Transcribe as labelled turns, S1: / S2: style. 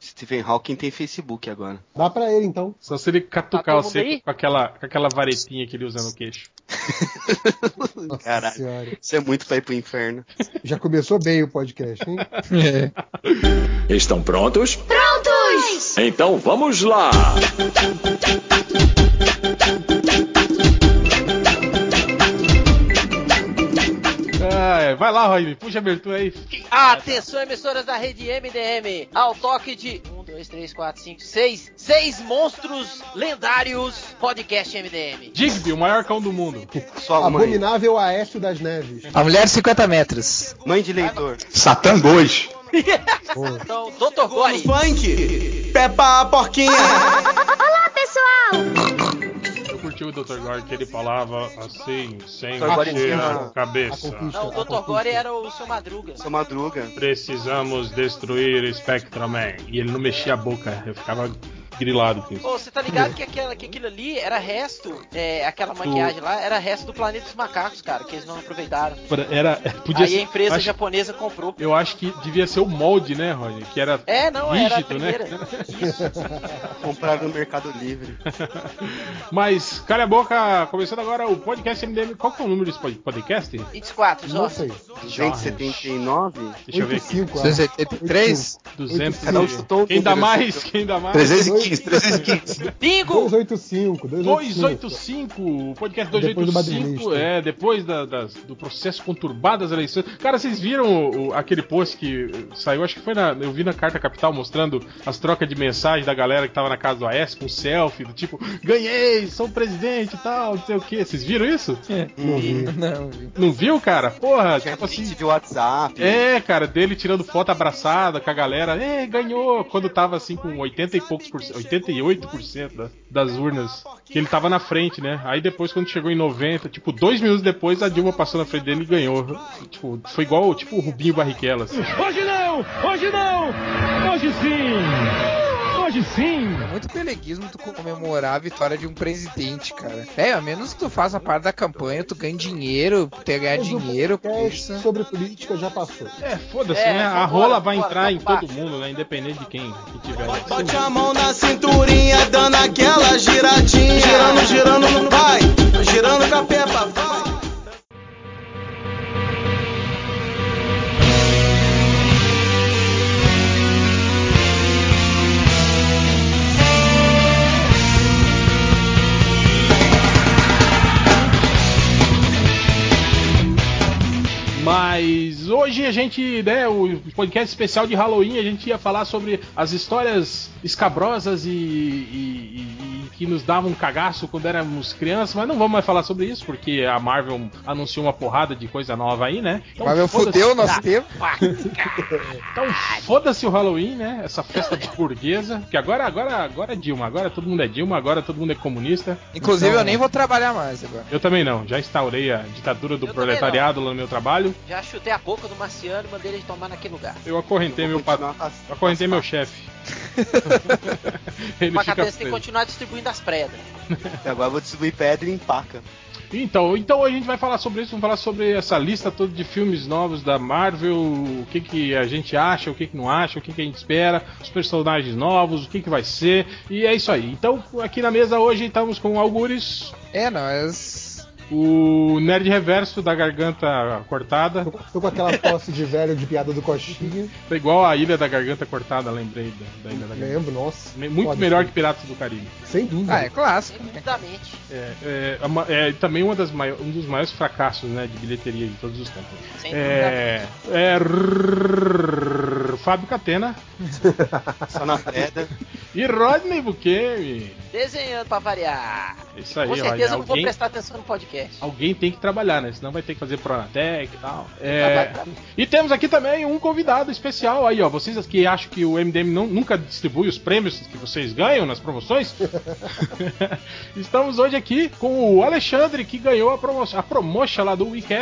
S1: Stephen Hawking tem Facebook agora.
S2: Dá pra ele, então.
S3: Só se ele
S4: Tá
S3: catucar
S4: todo
S3: o seco
S4: mundo
S3: com aquela, com aquela varetinha que ele usa no queixo.
S2: Nossa
S1: Caralho.
S2: senhora.
S1: Isso é muito pra ir pro inferno.
S2: Já começou bem o podcast, hein?
S5: É.
S6: Estão prontos? Prontos! Então vamos lá!
S3: Ah, é. Vai lá, Raime, puxa a abertura aí.
S4: Atenção, emissoras da rede MDM. Ao toque de 1, 2, 3, 4, 5, 6. 6 monstros lendários. Podcast MDM.
S3: Digby, o maior cão do mundo.
S2: Ah,
S1: Sua mãe.
S2: Abominável Aécio das Neves.
S5: A mulher de 50 metros.
S1: Mãe de leitor.
S7: Satã Góis.
S2: Boa.
S4: Então, Dr. Gore.
S8: Punk, Peppa a porquinha.
S3: Eu curti o Dr. Gore que ele falava assim, sem
S1: Dr. Gore
S3: mexer
S1: tinha
S3: a cabeça.
S2: a conquista.
S4: Não, o Dr. Gore era o seu Madruga.
S1: Sua madruga.
S3: Precisamos destruir Spectrum Man. E ele não mexia a boca, eu ficava grilado com isso.
S4: Ô, você tá ligado que, aquela, que aquilo ali era resto, é, aquela maquiagem lá, era resto do planeta dos macacos, cara, que eles não aproveitaram.
S3: Era, podia
S4: Aí
S3: ser,
S4: a empresa
S3: acho-
S4: japonesa comprou.
S3: Eu acho que devia ser o molde, né, Roger? Que era
S4: É, não, era a
S3: rígido,
S4: primeira.
S3: né?
S4: Isso.
S1: Compraram tá no Mercado Livre.
S3: Mas, cala a boca, começando agora o podcast MDM. Qual que é o número desse pod- podcast?
S4: 24, só.
S2: Não sei.
S3: Jorge.
S1: 279?
S3: Deixa eu ver aqui.
S2: 85, acho.
S5: 283?
S3: 200.
S1: Cada um chutou um
S3: Quem dá
S1: número,
S3: mais?
S1: assim.
S3: Quem dá mais?
S7: 315, 315.
S4: Bingo!
S2: 285, 285.
S3: 285, o podcast
S2: Depois do
S3: 285,
S2: Madrilista.
S3: é, depois da- das- do processo conturbado das eleições. Cara, vocês viram o- o- aquele post que eh, saiu, acho que foi na. Eu vi na Carta Capital mostrando as trocas de mensagem da galera que tava na casa do AES com selfie, do tipo, ganhei, sou presidente e tal, não sei o que. Vocês viram isso?
S5: Não, vi.
S3: Não viu, cara? Porra,
S1: Tinha
S3: tipo assim.
S1: print de WhatsApp.
S3: É, cara, dele tirando foto abraçada com a galera. É, ganhou. Quando tava assim com 80 e poucos por cento, 88% da- das urnas. Que ele tava na frente, né? Aí depois, quando chegou em 90, tipo, dois minutos depois, a Dilma passou na frente dele e ganhou. Tipo, foi igual, tipo, o Rubinho Barrichello, assim. Hoje não! Hoje não! Hoje sim! Hoje sim!
S5: É muito peleguismo tu comemorar a vitória de um presidente, cara. É, a menos que tu faça parte da campanha, tu ganha dinheiro, tu ia ganhar
S2: Mas o
S5: É dinheiro com
S2: podcast
S5: isso.
S2: sobre política já passou.
S3: É, foda-se,
S4: É,
S3: né? A
S4: vambora,
S3: rola vai
S4: vambora,
S3: entrar em
S4: vambora.
S3: todo mundo, né? Independente de quem que tiver.
S8: Bote a mão na cinturinha, dando aquela giradinha. Girando, girando, vai. Girando com a Peppa, vai.
S3: Mas hoje a gente, né, o podcast especial de Halloween, a gente ia falar sobre as histórias escabrosas e, e- e- e que nos davam um cagaço quando éramos crianças, mas não vamos mais falar sobre isso, porque a Marvel anunciou uma porrada de coisa nova aí, né? Então,
S5: Mas meu
S3: foda-se-
S5: fudeu o nosso tempo.
S3: Então foda-se o Halloween, né? Essa festa de burguesa, que agora, agora, agora é Dilma, agora todo mundo é Dilma, agora todo mundo é comunista.
S5: Inclusive,
S3: Então,
S5: eu nem vou trabalhar mais agora.
S3: Eu também não, já instaurei a ditadura do
S4: Eu também
S3: proletariado lá no meu trabalho.
S4: Já chutei a boca do Marciano e mandei ele tomar naquele lugar.
S3: Eu acorrentei meu patrão. Eu acorrentei meu chefe. Ele
S4: Uma
S3: fica
S4: cabeça tem
S3: preso.
S4: que continuar distribuindo as predas.
S1: Agora eu vou distribuir pedra em paca.
S3: Então, então a gente vai falar sobre isso, vamos falar sobre essa lista toda de filmes novos da Marvel, o que, que a gente acha, o que, que não acha, o que, que a gente espera, os personagens novos, o que, que vai ser, e é isso aí. Então, aqui na mesa hoje estamos com o Algures,
S5: É, nós.
S3: o Nerd Reverso da Garganta Cortada,
S2: Tô, tô com aquela posse de velho de piada do Coxinha.
S3: foi igual a Ilha da Garganta Cortada, lembrei da, da Ilha da Garganta.
S2: Lembro, nossa.
S3: Muito
S2: Foda-se.
S3: melhor que Piratas do Caribe.
S2: Sem dúvida.
S5: Ah, é clássico. né?
S4: Segundamente.
S3: É, é, a ma- é também uma das mai- um dos maiores fracassos né, de bilheteria de todos os tempos.
S4: Sem
S3: É, é rrr, Fábio Catena
S1: Só na pedra.
S3: e Rodney Bukemi.
S4: Desenhando pra variar.
S3: É isso aí,
S4: Com
S3: olha,
S4: certeza eu não vou
S3: alguém,
S4: prestar atenção no podcast.
S3: alguém tem que trabalhar, né? Senão vai ter que fazer Pronatec e tal.
S4: Vai,
S3: É,
S4: vai,
S3: e temos aqui também um convidado especial aí, ó. Vocês que acham que o MDM não- nunca distribui os prêmios que vocês ganham nas promoções, estamos hoje aqui com o Alexandre, que ganhou a promoção, a promotion lá do WeCast.